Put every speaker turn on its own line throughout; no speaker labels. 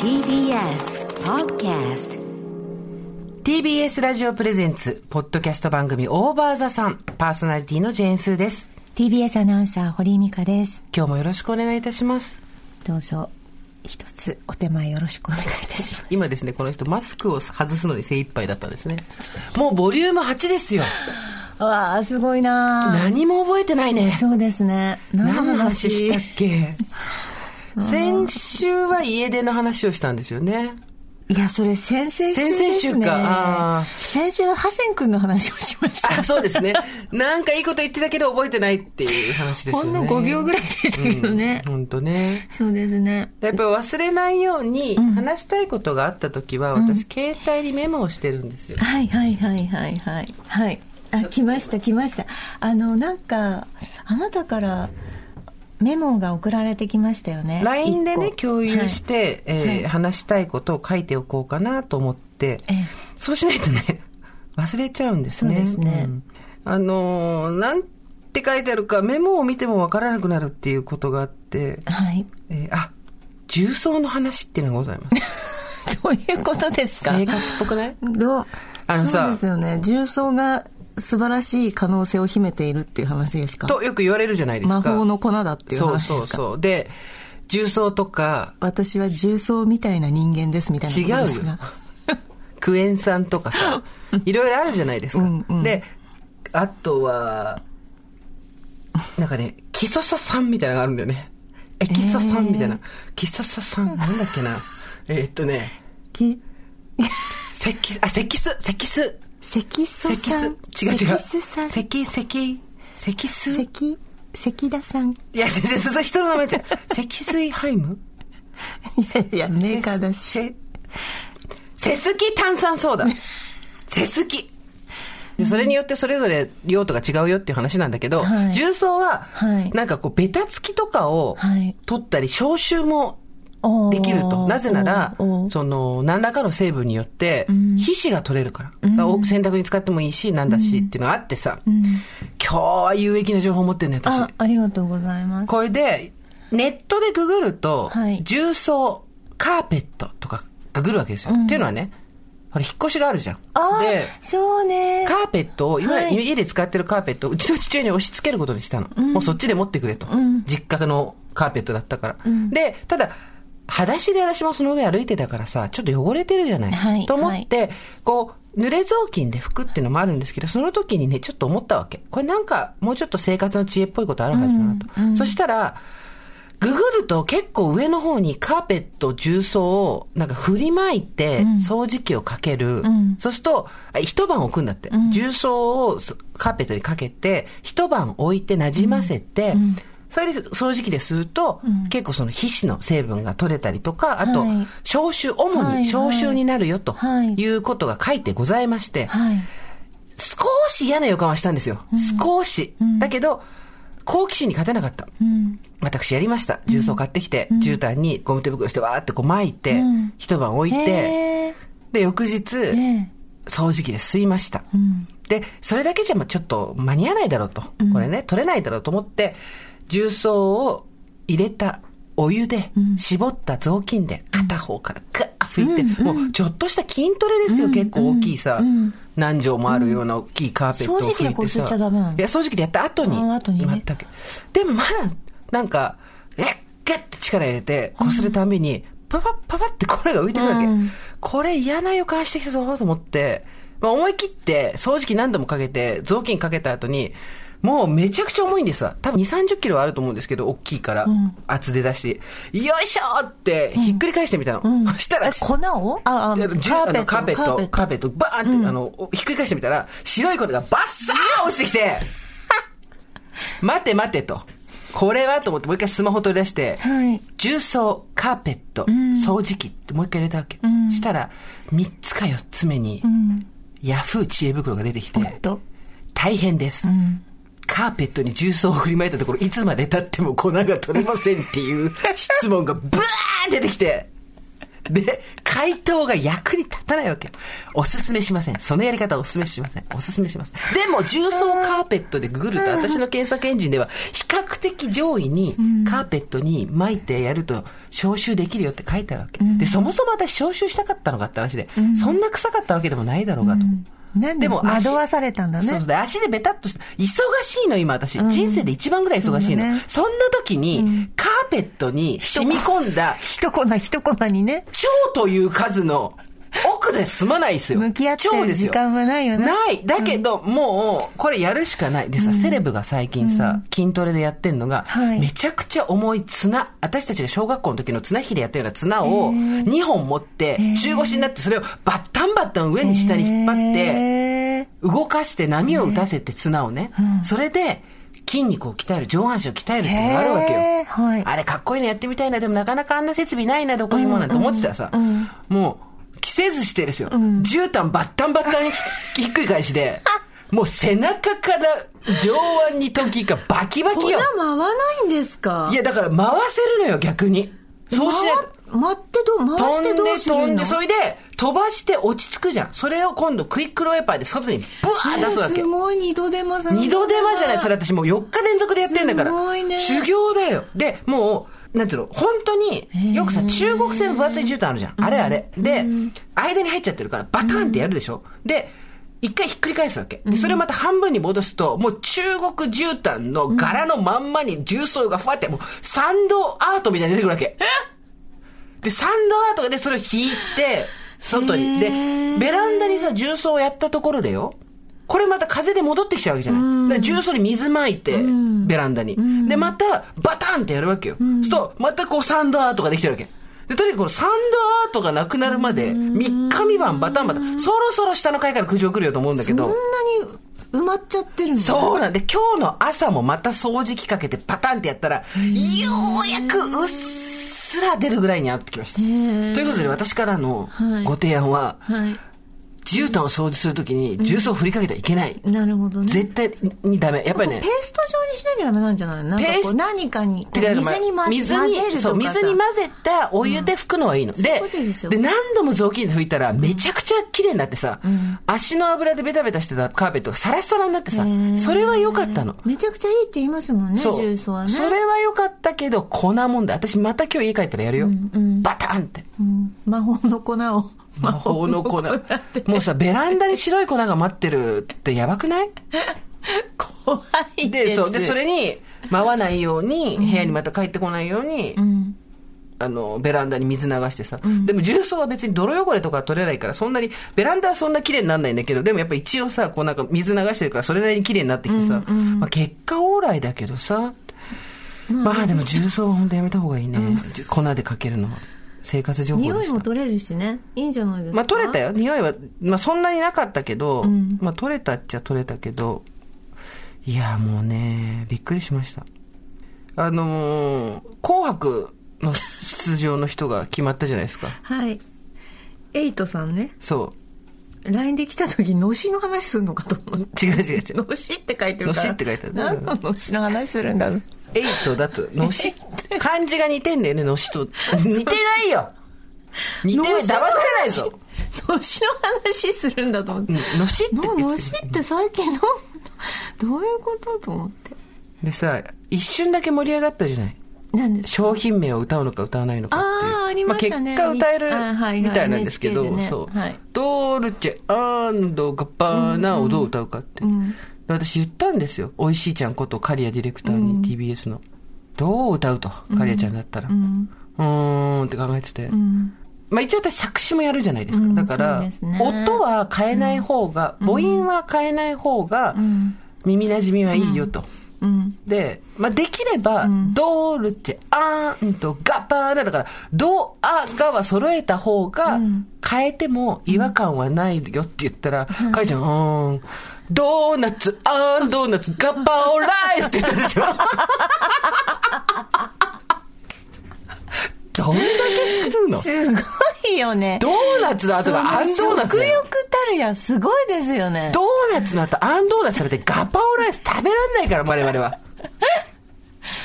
TBS Podcast
TBS ラジオプレゼンツ、ポッドキャスト番組オーバーザさん、パーソナリティのジェーンスーです。
TBS アナウンサー堀井美香です
今日もよろしくお願いいたします。
どうぞ一つお手前よろしくお願いいたし ます
今ですね、この人マスクを外すのに精一杯だったんですね。もうボリューム8ですよ。
わあすごいな
何も覚えてないね。
そうですね
何の話したっけ先週は家出の話をしたんですよね。
いやそれ先々週ですね
先々週かあー
先週ハセン君の話をしました
あ、そうですね。なんかいいこと言ってたけど覚えてないっていう話ですよ
ほ
ね。
んの5秒ぐらいでしたけどね、
ほんとね。
そうですね
やっぱり忘れないように話したいことがあった時は、私携帯にメモをしてるんですよ、
はいはいはいはいはいはいあ来ました来ましたあのなんかあなたからメモが送られてきましたよね
LINE で
一
ね
個
共有して、えー
はい
話したいことを書いておこうかなと思って、
ええ
そうしないとね 忘れちゃうんですね
そうですね
んあのーなんて書いてあるかメモを見てもわからなくなるっていうことがあって、
はい
えーあ重曹の話っていうのがございます
どういうことですか
生活っぽくない
どう
あのさ
そうですよね重曹が素晴らしい可能性を秘めているっていう話ですか
とよく言われるじゃないですか
魔法の粉だっていう
そう
話ですか
そうそうで重曹とか
私は重曹みたいな人間ですみたいなことですが
違うよクエン酸とか さ、いろいろあるじゃないですか。
うんうん
で、あとは、なんかね、キソサ酸みたいなのがあるんだよね。エキソ酸みたいな。キソサ酸、なんだっけな。 えーっとね、
き
セキ、あ、セキス、セキス、
関素
セキス
さん、
違う違う。
関素さん
セキ、セキ、セキス。い
関関田さんい
や、先生、それ人の名前じゃん。セキスイハイム
やいやメーカーだし
セセスキ炭酸ソーダ。セスキ。でそれによってそれぞれ用途が違うよっていう話なんだけど、
はい
重曹は
はい、
なんかこう、ベタつきとかを
はい
取ったり、消臭もできると。
おー
なぜなら
おーお、ー
その、何らかの成分によって、皮脂が取れるから。だから洗濯に使ってもいいし、なんだしっていうのがあってさ、
ん
今日は有益な情報持ってんね、私
あ。ありがとうございます
これで、ネットでググると、
はい
重曹、カーペットとかググるわけですよ。っていうのはね、ほら、引っ越しがあるじゃん。
あ
で、
あそうね
カーペットを、今、
はい
家で使ってるカーペットを、うちの父親に押し付けることにしたの。もうそっちで持ってくれと。実家のカーペットだったから。で、ただ、裸足で私もその上歩いてたからさ、ちょっと汚れてるじゃない。
はい
と思って、こう、濡れ雑巾で拭くっていうのもあるんですけど、その時にね、ちょっと思ったわけ。これなんか、もうちょっと生活の知恵っぽいことあるはずだなと。そしたら、ググると結構上の方にカーペット重曹をなんか振りまいて掃除機をかける。そうすると、あ一晩置くんだって。重曹をそカーペットにかけて、一晩置いて馴染ませて、それで掃除機ですると、結構その皮脂の成分が取れたりとか、あと
はい、
消臭、主
はいは
に
い
消臭になるよと
はい
いうことが書いてございまして、
はい
少し嫌な予感はしたんですよ。少し。だけど、好奇心に勝てなかった。私やりました。重曹買ってきて、絨毯にゴム手袋してわーってこう巻いて、
うん
一晩置いて、
え
で、翌日、
ーえ
掃除機で吸いました。で、それだけじゃまあちょっと間に合わないだろうと。これね、取れないだろうと思って、重曹を入れたお湯で、絞った雑巾で片方からガー拭いて、もうちょっとした筋トレですよ、結構大きいさ。何畳もあるような大きいカーペットを拭いてさ。
掃除機でこう吸っちゃダメなの
いや、掃除機でやった後に。
あ後にね
全くでもまだ、なんか、えっ、ギュッて力入れて、こするたんびに、パパッパパって声が浮いてくるわけ。
うん
これ嫌な予感してきたぞと思って、まあ、思い切って掃除機何度もかけて、雑巾かけた後に、もうめちゃくちゃ重いんですわ。多分2、30キロはあると思うんですけど、大きいから、厚手だし、よいしょってひっくり返してみたの。そしたら、
え粉をああ
であのじゅあのカーペット、カーペット、バーンって、あの、おひっくり返してみたら、白い粉がバッサーン落ちてき て、待て待てと。これはと思って、もう一回スマホ取り出して、
はい
重曹、カーペット、掃除機ってもう一回入れたわけ。したら、三つか四つ目に、ヤフー知恵袋が出てきて、
と
大変です。カーペットに重曹を振りまいたところ、いつ まで経っても粉が取れませんっていう質問がブワーン出てきて、で、回答が役に立たないわけよ。おすすめしません。そのやり方おすすめしません。おすすめしません。でも、重曹カーペットでググると、私の検索エンジンでは、比較的上位に、カーペットに巻いてやると、消臭できるよって書いてあるわけ。で、そもそも私消臭したかったのかって話で、そんな臭かったわけでもないだろうがと。
なんで
でも足
惑わされたんだね
そうそうで足でベタっとした。忙しいの、今私。人生で一番ぐらい忙しいの。そ,、
そうね
んな時に、カーペットに染み込んだ、
一コマ一コマにね
腸という数の奥で済まないですよ。
向き合ってる時間はないよね
ないだけど、もう、これやるしかない。でさ、セレブが最近さ、筋トレでやってんのが、
はい
めちゃくちゃ重い綱、私たちが小学校の時の綱引きでやったような綱を2本持って、中腰になってそれをバッタンバッタン上に下に引っ張って、
へー
動かして波を打たせて綱をね、それで筋肉を鍛える、上半身を鍛えるっていうのがあるわけよ。
へーはい
あれかっこいいのやってみたいな、でもなかなかあんな設備ないな、どこにもなんて思ってたらさ、もう着せずしてですよ、絨毯バッタンバッタンにひ ひっくり返し で、もう背中から上腕に時がバキバキ
粉
よ。
回わないんですか
いや、だから回せるのよ、逆に。そうしないと。
回回ってどう回
飛
して
ん
ど
で
うするの
飛んで、それで飛ばして落ち着くじゃん。それを今度クイックローエパーで外にブワーッ出すわ
えー
け
す。ごい二度出ます
二度出まじゃない。それ私もう4日連続でやってんだから。
すごいね
修行だよ。で、もう、なんていうの、本当に、よくさ、中国製の分厚い絨毯あるじゃん。あれあれ。で、間に入っちゃってるから、バタンってやるでしょ。で、一回ひっくり返すわけ。で、それをまた半分に戻すと、もう中国絨毯の柄のまんまに重曹がふわって、もうサンドアートみたいに出てくるわけ。で、サンドアートでそれを引いて、外に。で
へ、ー
ベランダにさ、重曹をやったところでよ、これまた風で戻ってきちゃうわけじゃない。だから重曹に水まいて、ベランダに。で、また、バタンってやるわけよ。そうすると、またこうサンドアートができてるわけ。で、とにかくこのサンドアートがなくなるまで、3日三晩バタンバタン、そろそろ下の階から苦情来るよと思うんだけど。
そんなに埋まっちゃってるの
そうなんで、今日の朝もまた掃除機かけてパタンってやったら、ようやくうっすら出るぐらいに合ってきました。ということで、私からの
はい
ご提案は、
はい
絨毯を掃除するときに重曹を振りかけてはいけない。
なるほどね
絶対にダメ。やっぱり
ペ
ね
ー、スト状にしなきゃダメなんじゃないのなんか
ペー
こ
ス
う何かにこう
てか
水にま
水
混
に
ぜるとか
そう、水に混
さ
ぜたお湯で拭くのはいいの。
そうい
で
うことですよ
で、何度も雑巾で拭いたら、めちゃくちゃ綺麗になってさ、足の油でベタベタしてたカーペットがサラッサラになってさ
へ、ー
それは良かったの。
めちゃくちゃいいって言いますもんね重曹はね
それは良かったけど、粉もんだ。私また今日家帰ったらやるよ。バタンって。
うん魔法の粉を魔
魔法 の粉。
って
もうさ、ベランダに白い粉が待ってるってやばくない
怖いです
で、そう。で、それに、舞わないように、部屋にまた帰ってこないように、
うん
あの、ベランダに水流してさ。でも重曹は別に泥汚れとかは取れないから、そんなに、ベランダはそんな綺麗にならないんだけど、でもやっぱ一応さ、こうなんか水流してるから、それなりに綺麗になってきてさ、まあ結果オーライだけどさ、まあでも重曹は本当やめた方がいいね。粉でかけるのは。生活情報でした。
匂いも取れるしねいいんじゃないですか
まあ取れたよ。匂いは、まあそんなになかったけど、まあ取れたっちゃ取れたけど、いやもうね、びっくりしました。あのー紅白の出場の人が決まったじゃないですか。
はいエイトさんね
そ
LINE で来た時のしの話するのかと思っ
う。違う違う違
て
う。
のしって書いてるから
のしって書いてある
何ののしの話するんだろう
エイトだと、のし、漢字が似てんだよね、のし と。似てないよ似てない、騙されないぞ
のしの話するんだと思って
うんのしって
の
言っ
の
てき
してって最近のどういうことと思って
でさ、一瞬だけ盛り上がったじゃない
何です
商品名を歌うのか歌わないのかっていう
あーありましたね
あ、結果歌え
あはいは
る
い
みたいなんですけど、
NHK でね
そう、
はい
ドルチェガッパーナをどう歌うかって、で私言ったんですよおいしいちゃんことカリアディレクターに TBS の、どう歌うとカリアちゃんだったらうーんんって考えてて、まあ一応私作詞もやるじゃないですか。
うん
だから、
そうですね
音は変えない方が、母音は変えない方が、耳馴染みはいいよと。
うん
で、まあ、できれば、ドールチェ、アーンとガパーラだから、ド、ア、ガは揃えた方が、変えても違和感はないよって言ったら、カイちゃん、うーん、ドーナツ、アーンドーナツ、ガパオライスって言ったでしょ。どんだけ来るの
すごいよね
ドーナツの後がアンドーナツ
食
だよ
欲たるやすごいですよね
ドーナツの後、アンドーナツ食べてガパオライス食べらんないから、我々は。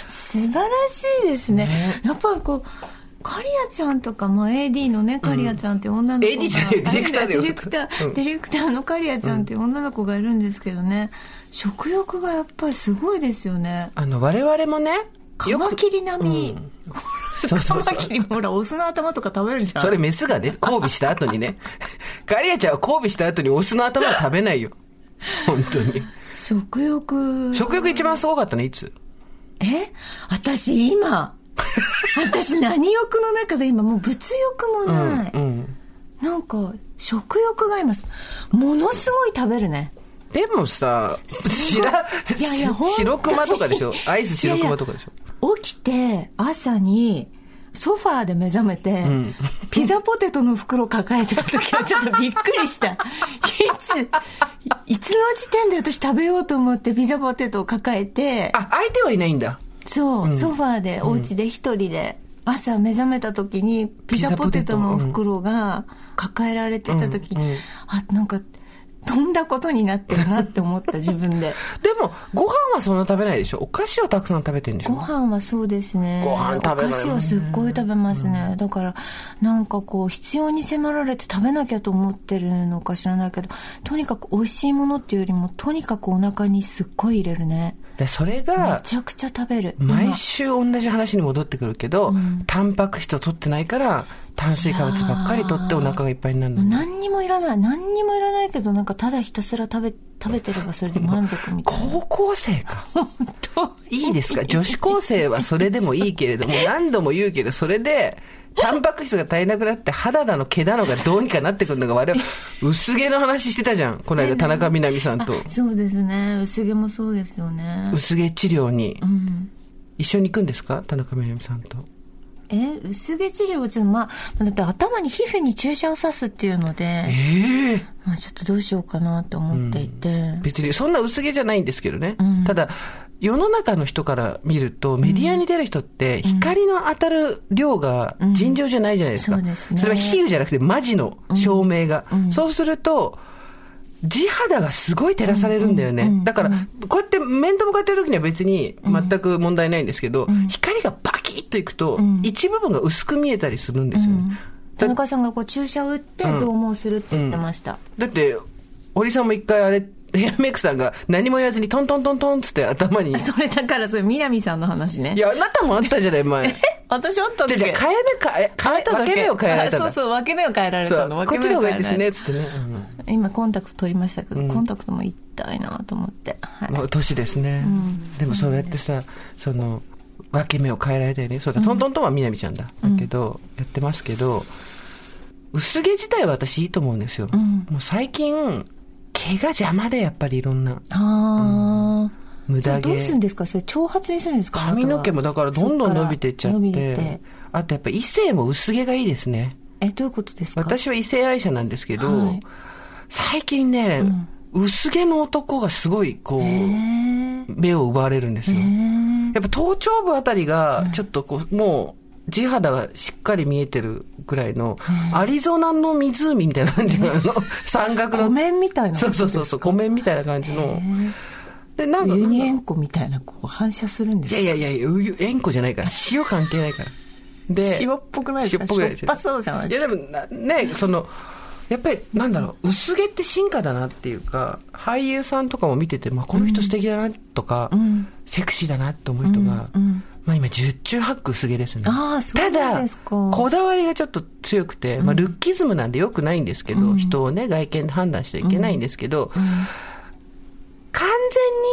素晴らしいですねやっぱりこうカリアちゃんとか、まあ、AD のねカリアちゃんっていう女の子が、
うん AD じゃないディレクターだよ
あディレクタ
うん
ーディレクターのカリアちゃんっていう女の子がいるんですけどね、食欲がやっぱりすごいですよね
あの我々もね
カ
よ
マ
く
キリ並み、
そうそうそ
カ
う
マキリもほらオスの頭とか食べるじゃん
それメスがね交尾した後にね カリアちゃんは交尾した後にオスの頭は食べないよ本当に
食欲
食欲一番すごかったのいつ
え私今私何欲の中で今もう物欲もない、
うんうん
なんか食欲が今ものすごい食べるね
でもさ、
す
し
ごい
ら
いやい
し
や本当に
白熊とかでしょアイス白熊とかでしょ
起きて朝にソファーで目覚めて、
ん
ピザポテトの袋抱えてた時はちょっとびっくりした いついいつの時点で私食べようと思ってピザポテトを抱えて
あ、相手はいないんだ。
そう、ソファーでお家で一人で朝目覚めた時にピザポテトの袋が抱えられてた時に、
うんうん
あなんか飛んだことになってるなっ て思った自分で
でも、ご飯はそんな食べないでしょお菓子をたくさん食べてるんでし
ご
ょ
飯はそうですね
ご飯食べない
お菓子をすっごい食べますね、だからなんかこう必要に迫られて食べなきゃと思ってるのか知らないけどとにかく美味しいものっていうよりもとにかくお腹にすっごい入れるね
で、それ
め
が、
ちゃくちゃ食べる
毎
今
週同じ話に戻ってくるけど、タンパク質を取ってないから、炭水化物ばっかり取ってお腹がいっぱいになる
もう
の。
何にもいらない何にもいらないけどなんかただひたすら食べ食べてればそれで満足みたいな
高校生か。
本
いいですか女子高生はそれでもいいけ れども、何度も言うけど、それで、タンパク質が足りなくなって、肌だの毛だのがどうにかなってくるのが我々、薄毛の話してたじゃん。この間、田中みな実さんと。
当 そうですね薄毛もそうですよね
薄毛治療に
う。ん
一緒に行くんですか田中みな実さんと。
え薄毛治療ちょっとまあだって頭に皮膚に注射を刺すっていうので、
ええ
まあ、ちょっとどうしようかなと思っていて、
別に、そんな薄毛じゃないんですけどね。
ん
ただ、世の中の人から見ると、メディアに出る人って、光の当たる量が尋常じゃないじゃないですか。
うんそうですね
れは比喩じゃなくて、マジの証明が。そうすると、地肌がすごい照らされるんだよね。
うんうんうん
だから、こうやって面と向かってる時には別に全く問題ないんですけど、光がバキッといくと、
ん
一部分が薄く見えたりするんですよね。
田中さんがこう注射を打って増毛するって言ってました、
だって、堀さんも一回あれ、ヘアメイクさんが何も言わずにトントントントンっつって頭に。い
それだからそれ南さんの話ね
や、あなたもあったじゃない、 前。
私あったん
じゃあじゃあ、変え目か、え変え、分け目を変えられたん
そう
だ。
そう分け目を変えられ
そ
た
う
の分
こ
け
っち
目
の
を
方がい
変
い
えられ
で
た
すね、つってね。うん
今コンタクト取りましたけど、
うん
コンタクトも痛いなと思って、はい
もう年ですね。でもそうやってさ、その、分け目を変えられたよね。そうだ、トントントンはみなみちゃんだ。だけど、やってますけど、薄毛自体は私いいと思うんですよ。
ん
もう最近、毛が邪魔でやっぱりいろんな、
あ
無
あ、
駄毛。
どうするんですかそれ長髪にするんですか
髪の毛もだからどんどん伸びてっちゃ
そ
っ
から伸び
てあとやっぱ異性も薄毛がいいですね
えどういうことですか
私は異性愛者なんですけど、
はい
最近ね、薄毛の男がすごいこう、
へえ
目を奪われるんですよ、
へ
やっぱ頭頂部あたりがちょっとこう、もう地肌がしっかり見えてるぐらいの、アリゾナの湖みたいな感じの、あの山岳
湖
の
面みたいな
そうそうそうそう湖面みたいな感じのでなんか
ユニエンコみたいなこう反射するんで
い
す
やいやいやいや、うゆ塩湖じゃない から、塩関係ないから。で、
塩っぽくないですか
塩っぽくないです
しょっぱそうじゃない
い
で
や
す
でもな、ね、その、やっぱり、なんだろう、薄毛って進化だなっていうか、俳優さんとかも見てて、まあ、この人素敵だなとか、
ん
セクシーだなって思う人が、
うん
まあ今、十中八九薄毛ですね。
ああそう
た
なん
だ
ですか、
こだわりがちょっと強くて、まあ、ルッキズムなんでよくないんですけど、人をね、外見で判断しちゃいけないんですけど、完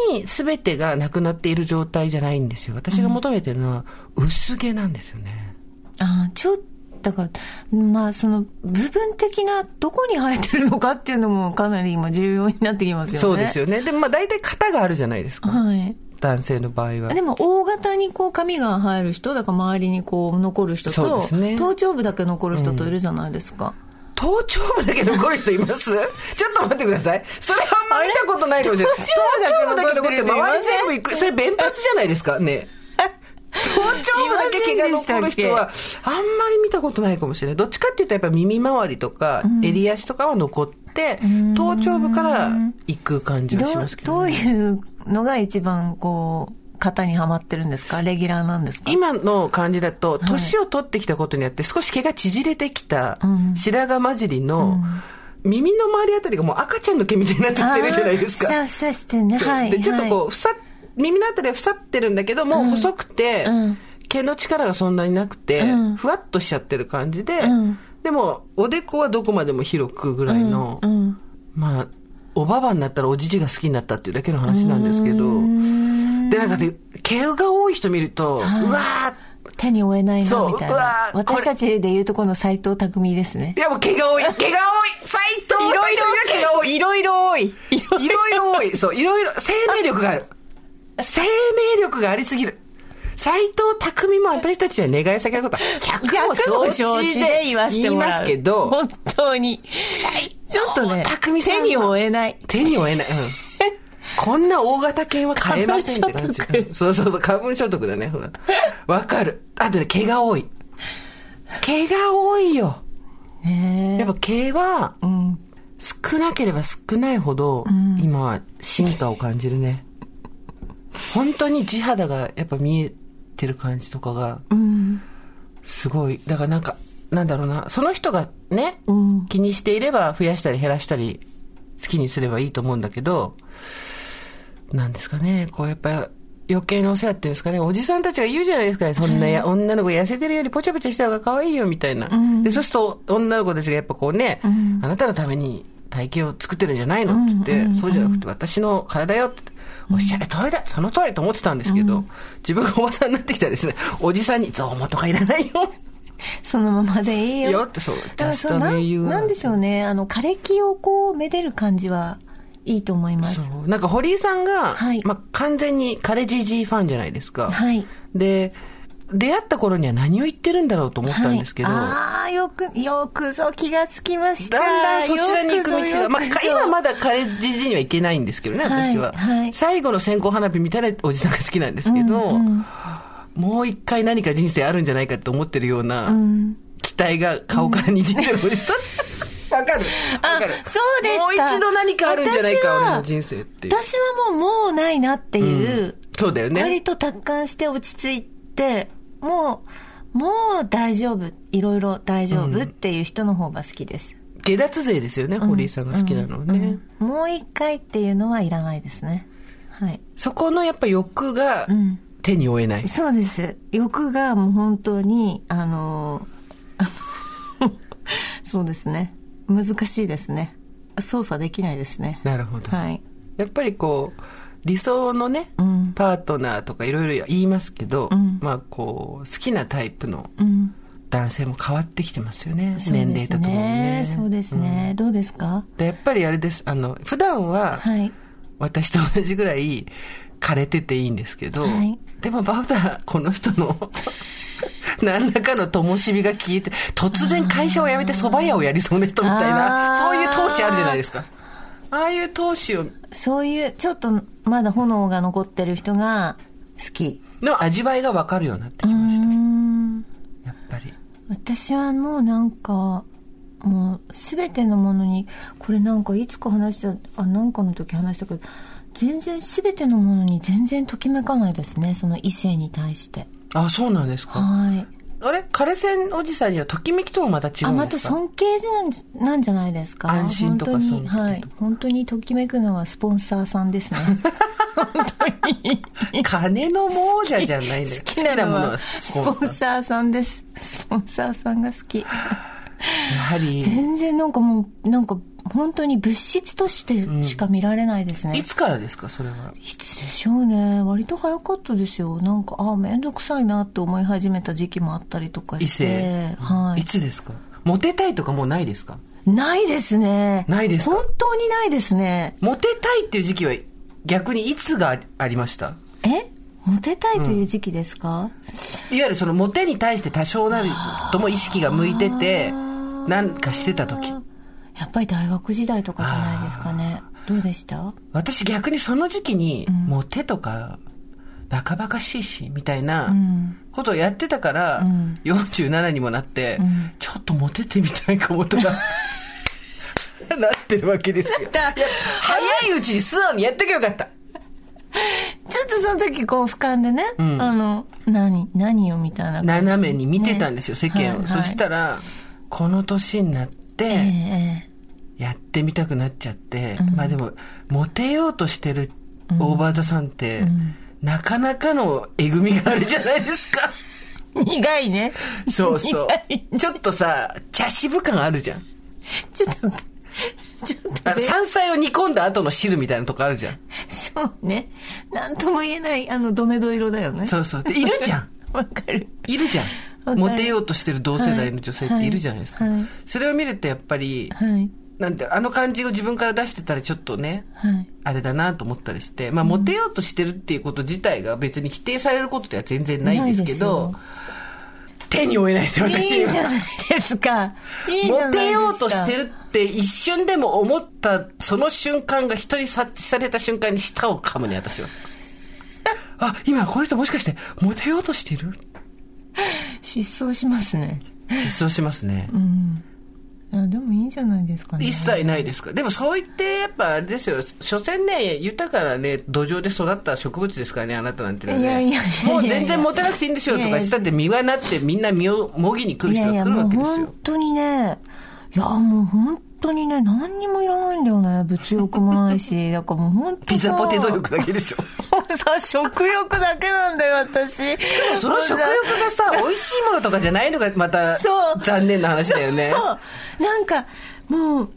全に全てがなくなっている状態じゃないんですよ。私が求めてるのは、薄毛なんですよね。
ああちょっとだからまあその部分的などこに生えてるのかっていうのもかなり今重要になってきますよね
そうですよね。でも、まあ、大体型があるじゃないですか。
はい
男性の場合は
で。も大型にこう髪が生える人だから周りにこう残る人
そう
と、
ですね
頭頂部だけ残る人といるじゃないですか、
頭頂部だけ残る人います ちょっと待ってください。それあんま見たことないかもしれない。頭頂部
頂部
だけ
だけ
残
残
っ
っててる人いま
周り
せん
全部行く。それ弁髪じゃないですかね。頭頂部だけ毛が残る人は、あんまり見たことないかもしれない。どっちかっていうとやっぱ耳周りとか、襟足とかは残って、頭頂部から行く感じはし
ど
ま
う
すけ
ど
ど
う
ね。
いうのが一番こう型にはまってるんですかレギュラーなんですか
今の感じだと、年を取ってきたことによって、少し毛が縮れてきた
うん、
白髪混じりの、耳の周りあたりがもう赤ちゃんの毛みたいになってきてるじゃないですか
あ。ーふさふさしてね。
そう
はい。
で、ちょっとこう、
は
ふさ、耳のあたりはふさってるんだけど、もう細くて、
うん
毛の力がそんなになくて、
うん
ふわっとしちゃってる感じで、
うん
でも、おでこはどこまでも広くぐら
い
いの、
うんうん
まあ、おばばになったらおじじが好きになったっていうだけの話なんですけど、で、なんかで、毛が多い人見ると、
はいう
わー
手に負えないな、
そう
みたいうな
わ。ーこれ
私たちで言うとこの斎藤匠ですね
い。やもう毛が多い毛が多い斎藤いろいろ毛が多い
いろいろ多い。いろい
いろいろ多い。そう、いろいろ、生命力がある。生命力がありすぎる。斎藤匠も私たちには願い下げることは100
ろ
を
100
承
承
知
知
で
で
言
言わせて
い
も
ま
ら
す
う。
けど、
本当に。ちょっとね、
匠さん
手
は
に負えない。
手に負えない。うんこんな大型犬は買えませんって感じ
過分所。
そうそうそう、過分所得だね。ほらわかる。あとね、毛が多い。毛が多いよ。
ね
やっぱ毛は
えうん。
少なければ少ないほど、今は進化を感じるね。本当に地肌がやっぱ見えてる感じとかが、
うん。
すごい。だからなんか、なんだろうな、その人がね、
うん
気にしていれば増やしたり減らしたり、好きにすればいいと思うんだけど、なんですかね、こうやっぱ、余計なお世話っていうんですかね、おじさんたちが言うじゃないですか、そんなや、女の子痩せてるよりぽちゃぽちゃした方が可愛いよみたいな。で、そうすると女の子たちがやっぱこうね、あなたのために体型を作ってるんじゃないのって言って、そうじゃなくて私の体よって。おっしゃる通りだその通りと思ってたんですけど、自分がおばさんになってきたらですね、おじさんに、ゾウモとかいらないよ。
そのままでいいよ。
よってそう、
だか
ジャ
ら
ス
そう
ト
な
メイユ
ん
ー
なんでしょうね。あの、枯れ木をこう、めでる感じはいいと思います。
そうなんか堀井さんが、
はい
まあ、完全にカレジジーファンじゃないですか。
はい。
で、出会った頃には何を言ってるんだろうと思ったんですけど、
はい、ああ、よく、よくぞ気がつきました。
だんだんそちらに行く
よくぞ
道が、まあ、
よくぞ
今まだカレッジ時には行けないんですけどね、
はい
私は。
はい
最後の線香花火みたいなおじさんが好きなんですけど、もう一回何か人生あるんじゃないかって思ってるような、期待が顔からにじんでるおじさ ん。わかるわかる
あそうですか
もう一度何かあるんじゃない
私
か、
は
俺の人生っていう。
私はもう、もうないなっていう、
そうだよね。
割と達観して落ち着いて、もう、もう大丈夫、いろいろ大丈夫っていう人の方が好きです。
下脱税ですよね、堀井さんが好きなのはね、
もう一回っていうのはいらないですね。はい。
そこのやっぱ欲が
ん
手に負えない、
そうです。欲がもう本当に、あの、 そうですね。難しいですね。操作できないですね。
なるほど、
はい。
やっぱりこう理想のね、
うん
パートナーとかいろいろ言いますけど、
ん
まあこう好きなタイプの
うん。
男性も変わってきてますよね、
そうです
年齢とともにね
そうですね。どうですか
でやっぱりあれですあの普段は
はい。
私と同じぐらい枯れてていいんですけど、
はい
でもまだこの人の 何らかの灯火が消えて突然会社を辞めて蕎麦屋をやりそうな人みたいな
あー
そういう闘志あるじゃないですかああいう闘志を
そういう、ちょっとまだ炎が残ってる人が好き。
の味わいが分かるようになってきましたやっぱり
私はもうなんかもう全てのものにこれなんかいつか話したあなんかの時話したけど全然全てのものに全然ときめかないですねその異性に対して
あそうなんですか
はい
あれ枯線おじさんにはときめきともまた違
あ
うん
ま
で
た
すか
尊敬なんじなんじゃないですか
安心とか
本当
そういう
に
こと
はい本当にときめくのはスポンサーさんですね
金の亡者じゃないんだよ
好きなのはス
好き
ポ
なもの
ン
は
サーさんですスポンサーさんが好き
やはり
全然なんかもうなんか本当に物質としてしか見られないですね、
いつからですかそれはい
つでしょうね割と早かったですよなんかああ面倒くさいなって思い始めた時期もあったりとか
異
して
性、、
はい
つですかモテたいとかもうないですか
い、ないですね
ないですか
本当にないですね
モテたいっていう時期は逆にいつがありありました
えモテたいという時期ですか、
いわゆるそのモテに対して多少なりとも意識が向いててなんかしてた時
やっぱり大学時代とかじゃないですかねどうでした
私逆にその時期にモテとかバカバカしいしみたいなことをやってたから、47にもなって、ちょっとモテてみたいかも とかなってるわけですよいや早いうちに素直にやっときゃよかった
ちょっとその時こう俯瞰でね、
ん
あの何何よみたいな感じ
斜めに見てたんですよ、
ね
世間を、
はい
そしたらこの年になっ
ええ
て
え
やってみたくなっちゃって、まあでもモテようとしてるオーバーザさんって、なかなかのえぐみがあるじゃないです か
え苦いね
そうそ
苦いう
ちょっとさ茶渋感あるじゃん
ちょっとちょっ
あ
と
の
べ
山菜を煮込んだ後の汁みたいなとこあるじゃん
そうねなんとも言えないあのドメド色だよね
そうそうでいるじ ゃん
わかる
いるじゃ
わ
ん
かる
モテようとしてる同世代の女性っているじゃないですか、
はいはい
それを見るとやっぱり
はい
なんてあの感じを自分から出してたらちょっとね
はい
あれだなと思ったりして、まあ、モテようとしてるっていうこと自体が別に否定されることでは全然ないんですけど、
な
手に負えないですよ、
いい
私。
じゃないですかいいじゃないですか
モテようとしてるって一瞬でも思ったその瞬間が人に察知された瞬間に舌を噛むね、 私は。あ、今この人もしかしてモテようとしてる
失踪しますね
失踪しますね。
あでもいいんじゃないですかね
一切ないですかでもそう言ってやっぱあれですよ所詮ね豊かなね土壌で育った植物ですからねあなたなんていうの
いや
はい
やい
ね
やいや
もう全然モテなくていいんですよとか言ってたって実がなってみんな実をもぎに来る
いや
人が
いや
来る
も
わ
う
けです
本
よ
当にねいやもう本当にね何にもいらないんだよね物欲もな いしだからもう本当
ピザポテト
欲
力だけでしょ
さ食欲だけなんだよ私しか
その食欲がさ美味しいものとかじゃないのがまた
そう
残念な話だよね
そうなんかもう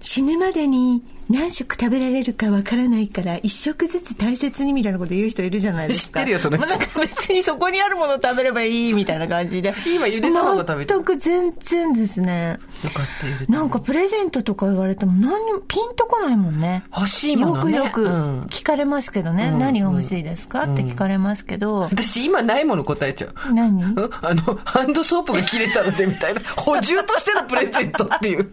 死ぬまでに何食食べられるかわからないから一食ずつ大切にみたいなこと言う人いるじゃないですか
知ってるよその人
もうなんか別にそこにあるもの食べればいいみたいな感じで
今ゆで卵食べてる
全く全然ですね
よかったゆで
なんかプレゼントとか言われても何にもピンとこないもんね
欲しいものね
よくよく
うん
聞かれますけどね、何が欲しいですか、って聞かれますけど、
私今ないもの答えちゃう
何
んあのハンドソープが切れたのでみ たいな補充としてのプレゼントっていう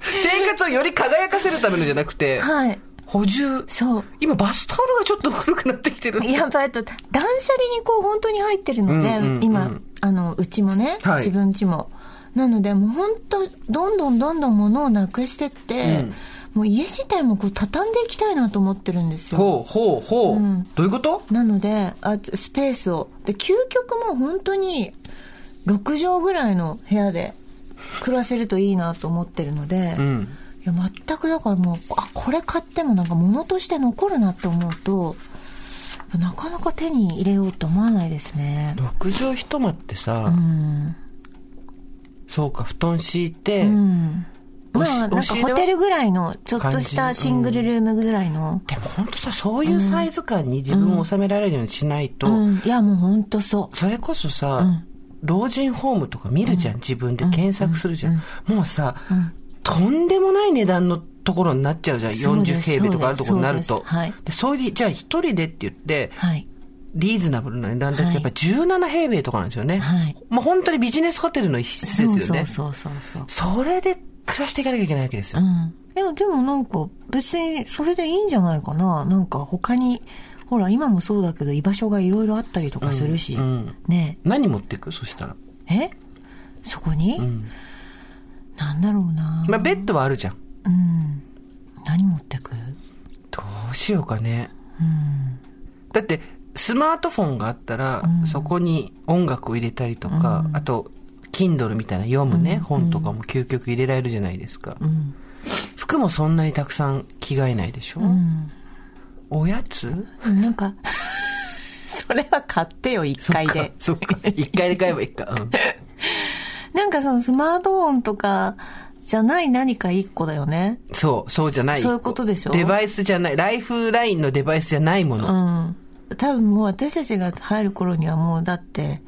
生活をより輝かせるためのじゃなくて、
はい
補充
そう
今バスタオルがちょっと古くなってきてる
やっぱりあと断捨離にこう本当に入ってるので、
うんうんうん
今あのうちもね、
はい
自分ちもなのでもう本当どんどんどんどん物をなくしてって、もう家自体もこう畳んでいきたいなと思ってるんですよ
ほうほうほう、
うん
どういうこと
なのであスペースをで究極もう本当に6畳ぐらいの部屋で暮らせるといいなと思ってるので、
うん
いや全くだからもうあこれ買ってもなんか物として残るなって思うとなかなか手に入れようと思わないですね
6畳一間ってさ、
うん、
そうか布団敷いて、
うん、
お
ま
し
あなん
お
か
尻は
ホテルぐらいのちょっとしたシングルルームぐらいの、
でも本当さそういうサイズ感に自分を収められるようにしないと、
うん、いやもうほんとそ
それこそさ、
うん
老人ホームとか見るじゃん、自分で検索するじゃん、もうさ、とんでもない値段のところになっちゃうじゃん
そうです
40平米とかあるところになる
そう
と
ですはい
でそれでじゃあ一人でって言って
うはい
リーズナブルな値段だってやっぱ17平米とかなんですよね、
はい
もう本当にビジネスホテルの一室ですよね
そうそうそうそう
それで暮らしていかなきゃいけないわけです
う
よ、
んいやでもなんか別にそれでいいんじゃないかななんか他にほら今もそうだけど居場所がいろいろあったりとかするし、
うん
ねえ
何持っていくそしたら、
えそこに、なんだろうな、
まあ、ベッドはあるじゃん
うん何持ってく
どうしようかね、だってスマートフォンがあったら、そこに音楽を入れたりとか、あと Kindle みたいな読むね、本とかも究極入れられるじゃないですか、
ん
服もそんなにたくさん着替えないでしょ、
うん
おやつ
なんか それは買ってよ一回で
そっか一回で買えばいいか、うん、
なんかそのスマートフォンとかじゃない何か一個だよね
そうそうじゃない
そういうことでしょ
デバイスじゃないライフラインのデバイスじゃないも
う
の、
ん多分もう私たちが入る頃にはもうだって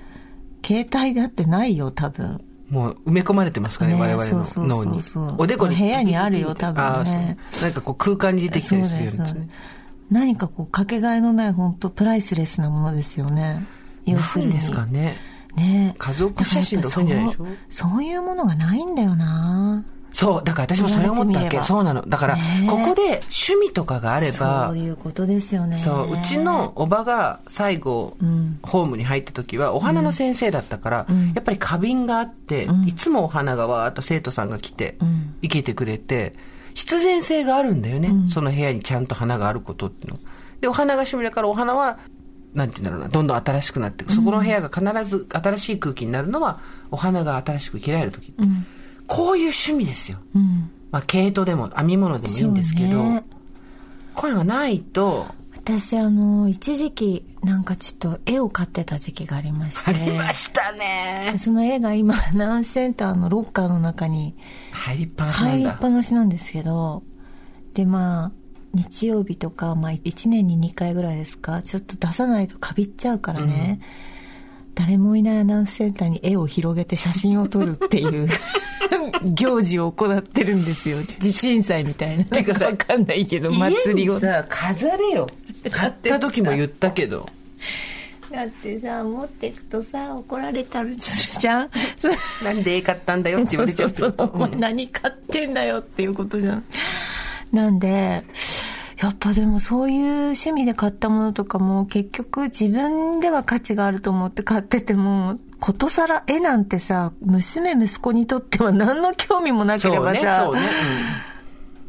携帯だってないよ多分
もう埋め込まれてますからね
ね
我々
そうそう
の脳
そ
に
うそう
おでこに
部屋にあるよ多分ね
あーそうなんかこう空間に出てきたりするようにです
そう
ね
です何かこうかけがえのない本当プライスレスなものですよね要する
なん
に
ですかね
ね
家族写真とかそういうんじゃないでしょ
だからやっぱそうそういうものがないんだよな
そうだから私もそれ思ったわ
言われてみれ
け
ば
そうなのだから、
ねえ
ここで趣味とかがあれば
そういうことですよね
そううちのおばが最後、ホームに入った時はお花の先生だったから、やっぱり花瓶があって、いつもお花がわーっと生徒さんが来て、生けてくれて必然性があるんだよね、その部屋にちゃんと花があることっていうので、お花が趣味だから、お花は、なんて言うんだろうな、どんどん新しくなっていく。そこの部屋が必ず新しい空気になるのは、お花が新しく切られる時、
うん
こういう趣味ですよ。
うん
まあ、毛糸でも編み物でもいいんですけど、
そうね
こういうのがないと、
私あの一時期なんかちょっと絵を買ってた時期がありまし
あ
て
りましたね。
その絵が今ナウンセンターのロッカーの中に
入りっぱなしな
入
ん
り
だ。
っぱなしなんですけどでまあ日曜日とか、まあ、1年に2回ぐらいですかちょっと出さないとかびっちゃうからね、誰もいないアナウンスセンターに絵を広げて写真を撮るっていう 行事を行ってるんですよ地鎮祭みたいな
てかさ
わかんないけど祭りを
家にさ、飾れよ。買った時も言ったけど。
だってさ持ってくとさ怒られたりするじゃん そう
なんで買ったん だよって言われちゃうって
そう
こ
そうそう
と
お前何買ってんだよっていうことじゃんなんでやっぱでもそういう趣味で買ったものとかも結局自分では価値があると思って買っててもことさら絵なんてさ娘息子にとっては何の興味もなけれ
そう
ば
ね、
さ、
そうね。うん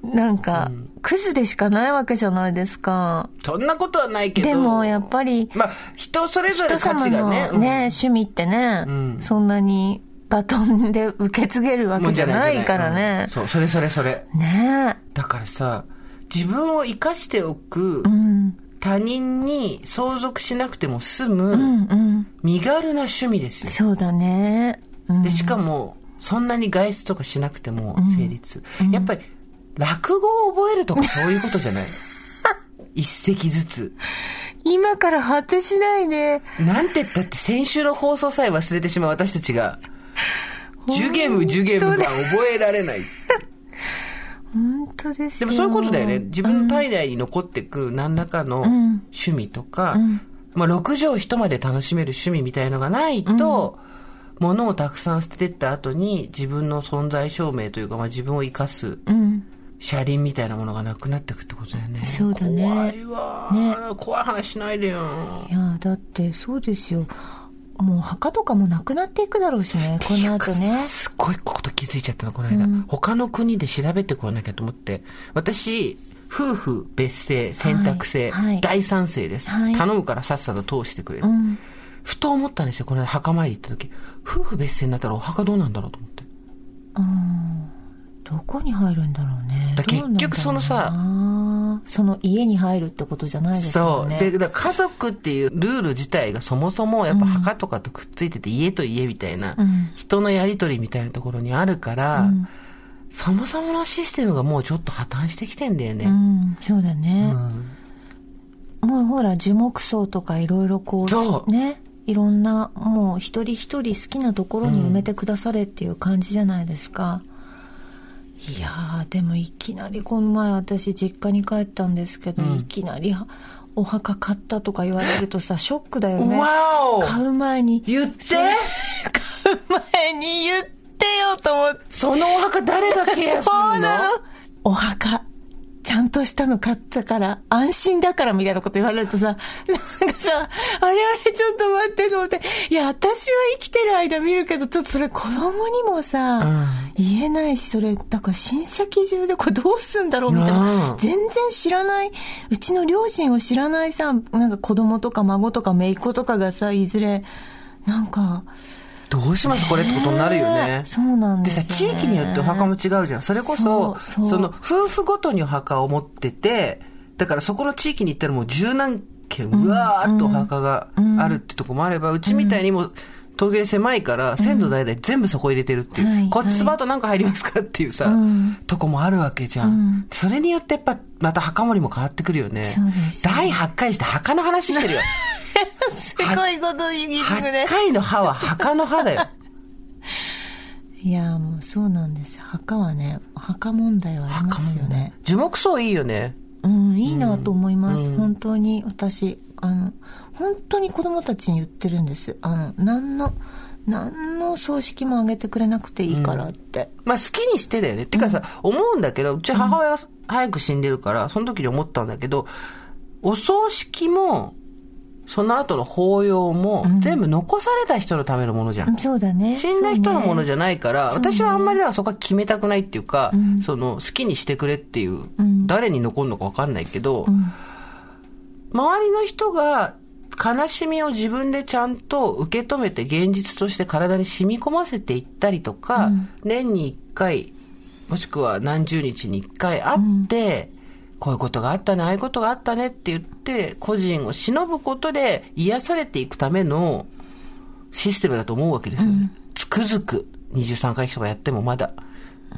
なんか、クズでしかないわけじゃないですか
そんなことはないけど。
でもやっぱり
まあ、人それぞれ
人
価
様
値が
の
ね
ね、。趣味ってね、
ん
そんなにバトンで受け継げる
う
わ
んも
け
う
じゃないから
う
ね
ん。そう、それそれそれ。
ね
だからさ、自分を生かしておく
え。う、ん。
他人に相続しなくても済
う
む、
んうん。
身軽な趣味ですよ。
そうだね。うん
で、しかも、そんなに外出とかしなくても成立。やっぱり、落語を覚えるとかそういうことじゃないの 一席ずつ。
今から果てしないね。
なんて言ったって先週の放送さえ忘れてしまう私たちが、ジュゲムジュゲムが覚えられない。
本当です
で
よ。
もそういうことだよね。自分の体内に残ってく何らかの趣味とか、まあ、6畳一まで楽しめる趣味みたいのがないと、物をたくさん捨ててった後に自分の存在証明というか、まあ、自分を生かす
うん。
車輪みたいなものがなくなってくってことだよね。
そうだね
怖いわ、
ね
怖い話しないでよ。
いや、だってそうですよ。もう墓とかもなくなっていくだろうしね、この後ね。
すごいこと気づいちゃったの、この間。他の国で調べてこなきゃと思って。私、夫婦別姓、選択制、
はいはい
大賛成です、
はい
頼むからさっさと通してくれ、
うん。
ふと思ったんですよ、この間墓参り行った時。夫婦別姓になったらお墓どうなんだろうと思って。
どこに入るんだろうね。
だから結局そのさ
どうなんだろうな、その家に入るってことじゃないです
そ
よ
う。
ね。
で、だから家族っていうルール自体がそもそもやっぱ墓とかとくっついてて、家と家みたいな、
ん
人のやりとりみたいなところにあるから、そもそものシステムがもうちょっと破綻してきてんだよ
う
ね。
ん、そうだね。
うん
もうほら樹木葬とかいろいろこう
そう
ねいろんなもう一人一人好きなところに埋めてくだされっていう感じじゃないですか、いやーでもいきなりこの前私実家に帰ったんですけど、いきなりお墓買ったとか言われるとさショックだよね
わお
買う前に
言って
そう買う 前に言ってよと思って
そのお墓誰がケアす
そう
る
な
の
のお墓、ちゃんとしたの買ったから、安心だからみたいなこと言われるとさ、なんかさ、あれあれちょっと待ってと思って、いや、私は生きてる間見るけど、ちょっとそれ子供にもさ、
うん
言えないし、それ、だから親戚中でこれどうすんだろうみたいな。
うん
全然知らない、うちの両親を知らないさ、なんか子供とか孫とか姪っ子とかがさ、いずれ、なんか、
どうしますこれってことになるよね。
そうなん
で
です
さ、
よ、ね。
地域によってお墓も違うじゃん。それこそ、そ
そうそう
の、夫婦ごとにお墓を持ってて、だからそこの地域に行ったらもう十何軒、うわーっとお墓があるってとこもあれば、うちみたいにもう、東京で狭いから、先祖代々全部そこ入れてるっていう、
はい
こっちスマートなんか入りますかっていうさ、とこもあるわけじゃん。それによってやっぱ、また墓守りも変わってくるよね。
そうですよ
第8回して墓の話してる よ。
すごいこと言いますね
8。回の歯は墓の歯だよ。
いやもうそうなんです墓はね墓問題はありますよね
樹木葬いいよね。
うんいいなと思います、本当に私あの本当に子供たちに言ってるんですあの何の何の葬式もあげてくれなくていいからって、
まあ好きにしてだよね。てかさ、思うんだけど、うち母親が早く死んでるから、その時に思ったんだけど、お葬式も、その後の法要も、全部残された人のためのものじゃん。
そうだね
死んだ人のものじゃないから、
そうね
私はあんまりだからそこは決めたくないっていうか、その好きにしてくれっていう、誰に残るのかわかんないけど、周りの人が悲しみを自分でちゃんと受け止めて現実として体に染み込ませていったりとか、年に1回もしくは何十日に1回会って、こういうことがあったねああいうことがあったねって言って個人を忍ぶことで癒されていくためのシステムだと思うわけですよね、つくづく23回とかやってもまだ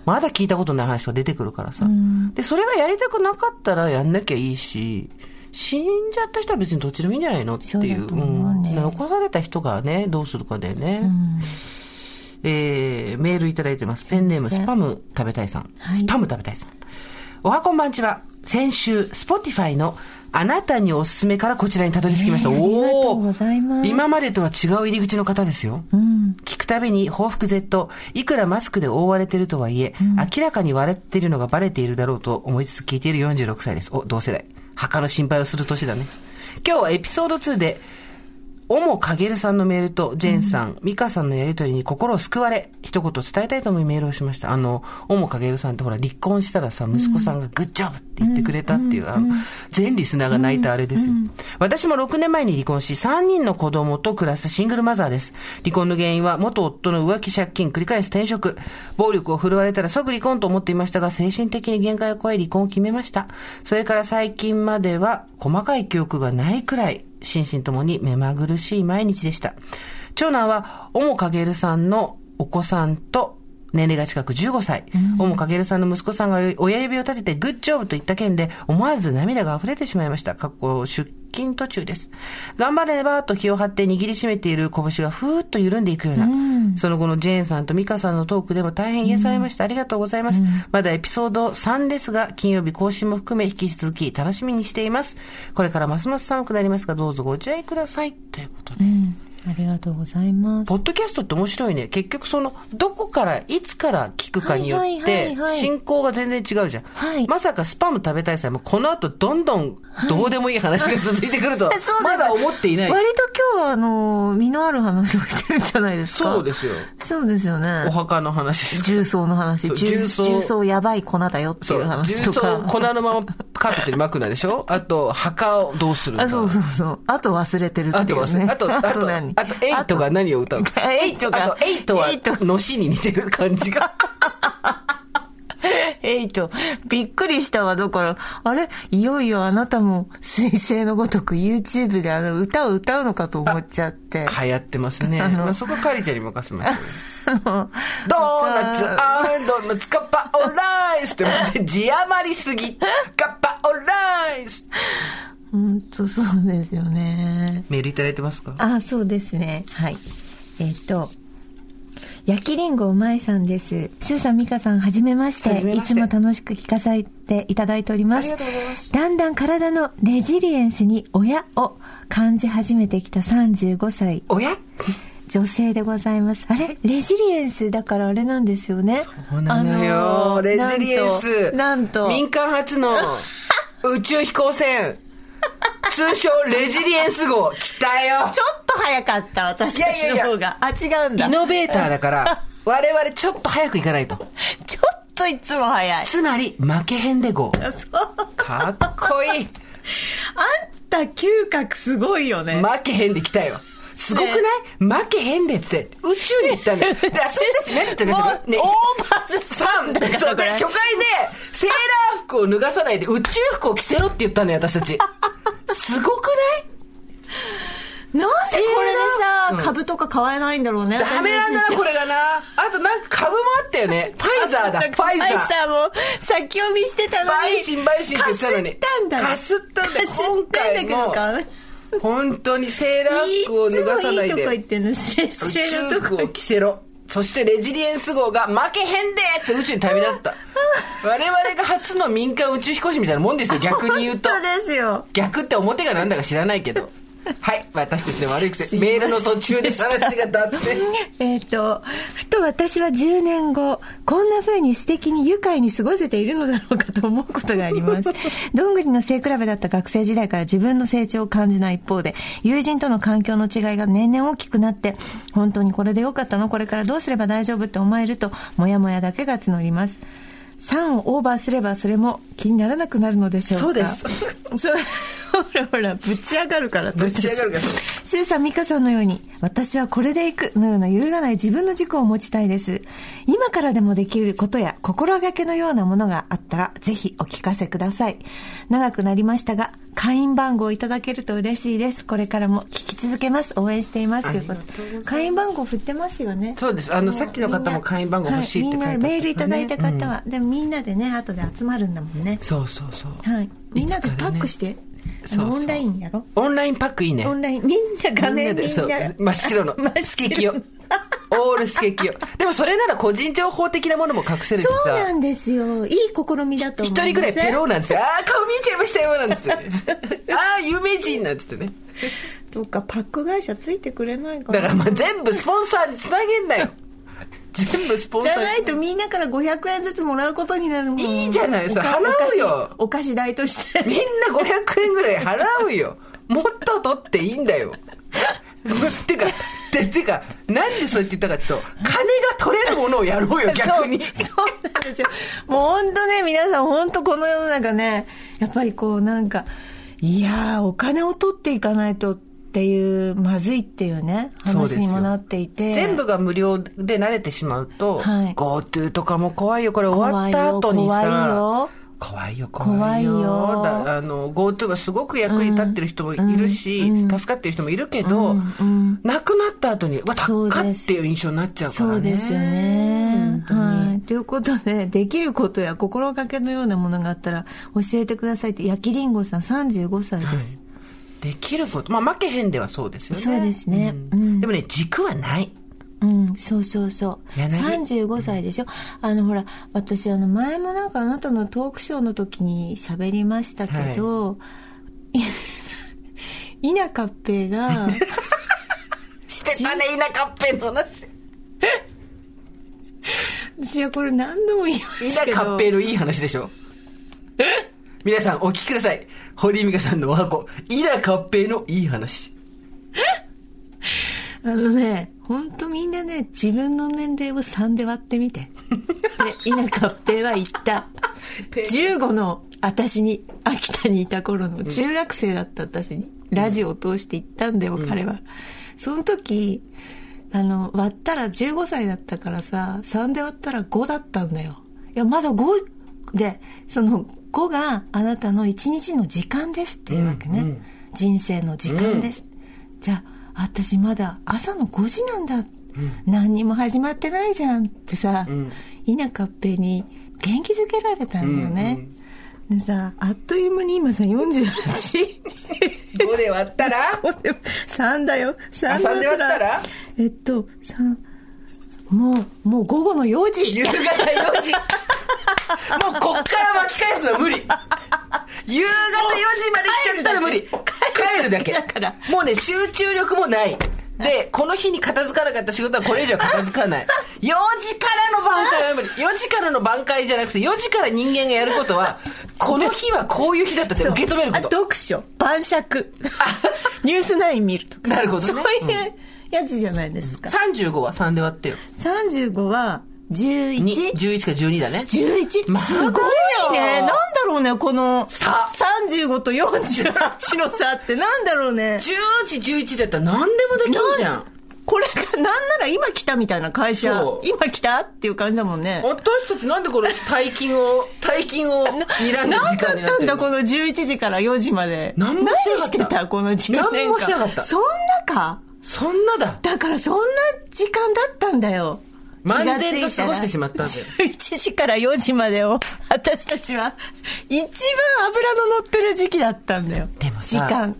まだ聞いたことない話が出てくるからさ、でそれがやりたくなかったらやんなきゃいいし死んじゃった人は別にどっちでもいいんじゃないのっていう
そうだと思うね
ん残された人がねどうするかだよね、えーメールいただいてます。ペンネーム、
すいま
ス
せん
パム食べたいさん。
はい
スパム食べたいさん。おはこんばんちは、先週、Spotify のあなたにおすすめからこちらにたどり着きました。
ねえ
おー
ありがとうございます
今までとは違う入り口の方ですよ。聞くたびに報復 Z、いくらマスクで覆われてるとはいえ、明らかに笑っているのがバレているだろうと思いつつ聞いている46歳です。お、同世代。墓の心配をする年だね。今日はエピソード2で、おもかげるさんのメールと、ジェーンさん、ミカさんのやりとりに心を救われ、一言伝えたいと思いメールをしました。あの、おもかげるさんってほら、離婚したらさ、息子さんがグッジョブって言ってくれたっていう、あの、全リスナーが泣いたあれですよ。私も6年前に離婚し、3人の子供と暮らすシングルマザーです。離婚の原因は、元夫の浮気借金、繰り返す転職、暴力を振るわれたら即離婚と思っていましたが、精神的に限界を超え離婚を決めました。それから最近までは、細かい記憶がないくらい、心身ともに目まぐるしい毎日でした。長男は、おもかげるさんのお子さんと、年齢が近く15歳。おもかげるさんの息子さんが親指を立ててグッジョブと言った件で、思わず涙が溢れてしまいました。かっこ出勤途中です。頑張ればと気を張って握りしめている拳がふーっと緩んでいくような、その後のジェーンさんとミカさんのトークでも大変癒されました。ありがとうございます。まだエピソード3ですが、金曜日更新も含め引き続き楽しみにしています。これからますます寒くなりますが、どうぞご自愛ください。ということで。
うんありがとうございます
ポッドキャストって面白いね。結局その、どこから、いつから聞くかによっ
はいはいは
て
いは、い
進行が全然違うじゃん。
はい
まさかスパム食べたいさんも、この後どんどんどうでもいい話が続いてくるとは、まだ思っていない。
割と今日はあの身のある話をしてるんじゃないですか
そうですよ。
すそうですよね
お墓の 話です。
重曹の話
そう
重
重曹
曹重曹やばい粉だよって
そ
いうう。
重
話と
曹
か
を粉のままカーペットに巻くなでしょあと、墓をどうするのか
あそうそうそうあと忘れてる
あ
って
と
い
は
うね
あと、あと、
何
あと、エイトが何を歌うか。
エイトが
あと、エイトは
エイト、
のしに似てる感じが。
えいと、 びっくりしたわ。だから、あれ、いよいよあなたも、水星のごとく YouTube であの歌を歌うのかと思っちゃって。
流行ってますね。
あの
まあ、そこカリちゃんに任せます。
あの、
ドーナツドーナツカッパオライスって待って字余りすぎカッパオライス
本当そうですよね。
メールいただいてますか
あ、そうですね。はい。えっ、と、焼きりんごうまいさんです。スーさん、ミカさん、はじめまして。
はじめまして
いつも楽しく聞かさせていただいております。
ありがとうございます
だんだん体のレジリエンスに親を感じ始めてきた35歳。
おや
女性でございます。あれレジリエンスだからあれなんですよね。
そうなのよ、
あの
レジリエンス
なんと、なん
民
と
間初 の宇宙飛行船通称レジリエンス号来たよ
ちょっと早かった、私たちの方が。
いやいやい
あ、違うんだ。
イノベーターだ から我々ちょっと早く行かないと
ちょっといつも早い。
つまり負けへんで号
そう。
かっこいい
あんた嗅覚すごいよね。
負けへんで来たよ。すごくない、負けへんでっつって、宇宙に行った んだよ。で、私たち何言ったか
もうオーバーズさんだから
そうで、初回で、セーラー服を脱がさないで宇宙服を着せろって言ったのよ、私たち。すごくない
なんでこれで
えー
さ、株とか買えないんだろうね。
ダメなんだな、こ
れ。
れがな。あとなんか株もあったよね。フ ァイザーだ、ファイザー。
も先読みしてたのに。
陪審陪審って言ってたのに。
かすったん
かすっ
だ。
たんだよ
かす
今
ったんだ
回
けど
も。
か
本当にセーラー
いつ
服を
も
脱がさないい
いと
で。
こ行ってんの失
宇
礼な
宙
とこ
服を着せろそしてレジリエンス号が負けへんでーって宇宙に旅立った我々が初の民間宇宙飛行士みたいなもんですよ逆に言うと
本当ですよ
逆って表がなんだか知らないけ どはい私たちの悪い癖メールの途中で話が脱 線
えっ、とふと私は10年後こんな風に素敵に愉快に過ごせているのだろうかと思うことがあり ますどんぐりの背比べだった学生時代から自分の成長を感じない一方で友人との環境の違いが年々大きくなって本当にこれでよかったのこれからどうすれば大丈夫って思えるとモヤモヤだけが募ります3をオーバーすればそれも気にならなくなるのでしょうか
そうです
そうほらほら、ぶち上がるから、
ぶち上がるから
スーさん、ミカさんのように、私はこれで行くのような揺るがない自分の軸を持ちたいです。今からでもできることや心がけのようなものがあったら、ぜひお聞かせください。長くなりましたが、会員番号をいただけると嬉しいです。これからも聞き続けます。応援しています。ということ
ありがとうございます
会員番号振ってますよね。
そうですあのさっきの方も会員番号欲しいって書いてあ
は
った
いみん
から
な
ね
メールいただいた方は、でもみんなでね、後で集まるんだもんね。
そうそうそう
はい。みんなでパックしてて、あ
そう
の
そう
オンラインやろ
オンラインパックいいね
オンライン、みんな画面みん
そう
な。
真っ白の
真っ白
スケキヨオールスケキヨでもそれなら個人情報的なものも隠せるし
そう
さ
なんですよ。いい試みだと思
一
います。
人ぐらいペローなんつって、ああ、顔見えちゃいましたよ、なんつって、 ああ、有名人なんつってね。
とか、パック会社ついてくれないか
だか
な。
らまあ全部スポンサーにつなげんなよ。全部スポン
じ
サ
ゃ
ー
ないとみんなから500円ずつもらうことになるもん。
いいじゃないそれ
おか
払うよ
お菓子お菓子代とし
みん
て。
な500円ぐらい払うよ。もっと取っていいんだよ。てか、ててか、なんでそう言って言ったかというと、金が取れるものをやろうよ、逆に。
そうそうなんですよ。もう本当ね、皆さん本当この世の中ね、やっぱりこうなんか、いやー、お金を取っていかないとっていう、まずいっていうね、
そうで
話
すよ
にもなっていて。
全部が無料で慣れてしまうと、
はい
GoTo とかも怖いよ、これ終わった後にさ。
怖いよ。
怖いよ怖いよ
怖いよ
だあの GoTo はすごく役に立ってる人もいるし、助かってる人もいるけど、
うんうん
亡くなった後にわ
そ
高っ
う
か
で
っ
す
ていう印象になっちゃうからね
そうですよね
本。当に
はい。ということで、できることや心がけのようなものがあったら教えてくださいって、焼きりんごさん35歳です。
できることまあ負けへんではそうですよね
そうですね
ん
うん
でもね軸はない
うん、そうそうそう。
柳
35歳でしょ。あの、ほら、私、あの、前もなんかあなたのトークショーの時に喋りましたけど、い、 稲かっぺい が、
してたね田舎っぺの話
私はこれ何度も言いましたけ
田
ど。
舎っぺのいい話でしょ皆さんお聞きください堀井美香さんのお箱田舎っぺのいい 話
あのね、ほんとみんなね、自分の年齢を3で割って みて。で、稲川平は言った。15の私に、秋田にいた頃の中学生だった私に、ラジオを通して行ったんだよ、彼は。その時、あの、割ったら15歳だったからさ、3で割ったら5だったんだよ。いや、まだ5で、その5があなたの1日の時間ですっていうわけね。
うんうん
人生の時間です。じゃあ、私まだ朝の5時なんだ。何にも始まってないじゃんってさ、
ん
稲かっぺに元気づけられたんだよね。でさ、あっという間に今さ、48。
5で割ったら
3だよ。3
あ三で割ったら
えっと、三もう、もう午後の4時
夕方4時もうこっから巻き返すのは無理夕方4時まで来ちゃったら無理帰るだけ
帰るだけだから
もうね集中力もないでこの日に片付かなかった仕事はこれ以上片付かない4時からの挽回は無理4時からの挽回じゃなくて4時から人間がやることはこの日はこういう日だったって受け止める
あ
こと
読書、晩酌、ニュース9見るとか。
なるほどね
そういうやつじゃないですか。
35は3で割ってよ
35は
に
11?11?
11か12だねまあ
すごいね。なんだろうね、この
差
35と48の差ってなんだろうね。
10時11だったら何でもできるじゃん
これがなんなら今来たみたいな会社
そ。う
今来たっていう感じだもんね。
私たちなんでこの大金を、 大金を睨んだ時間にな
何
って
だ
る
ったんだこ
の。
の11時から4時まで
何もし
して
なかった
てたこの時間
何もしてなかった
そんなか
そんなだ。
だからそんな時間だったんだよ
漫然と
気がついたら
過ごしてしまったんだよ
11時から4時までを 私たちは一番脂の乗ってる時期だったんだよ
でもさ
時間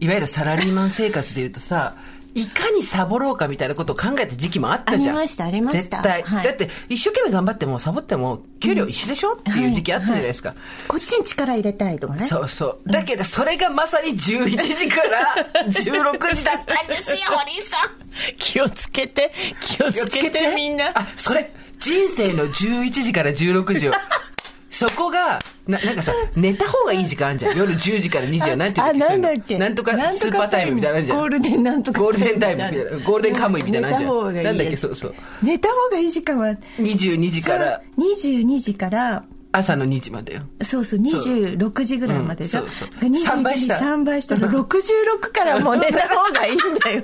いわゆるサラリーマン生活で言うとさ、いかにサボろうかみたいなことを考えた時期もあったじゃん。
ありましたありました
絶対。
はい
だって、一生懸命頑張っても、サボっても、給料一緒でしょ、っていう時期あったじゃないですか。
こっちに力入れたいとかね
そうそう。だけど、それがまさに11時から16時 だったんですよ、堀井さん。
気をつけて気をつけてみんな
あそれ人生の11時から16時を そこがななんかさ寝た方がいい時間あるじゃん 夜10時から2時はなんていう
あ
時
なんだっけ
なんとかスーパータイムみたいなのあるじゃん
ゴールデンなんとか
ゴールデンタイムみたいなゴールデンカムイみたいなのある
寝
じゃん
た方がいい
なんだっけそうそう
寝た方がいい時間は
22時から
そう22時から
朝の2時までよ。
そうそう、26時ぐらいまでじゃ、
うんんそうそう
二十
三倍した
3倍したら、66からもう寝た方がいいんだ よ。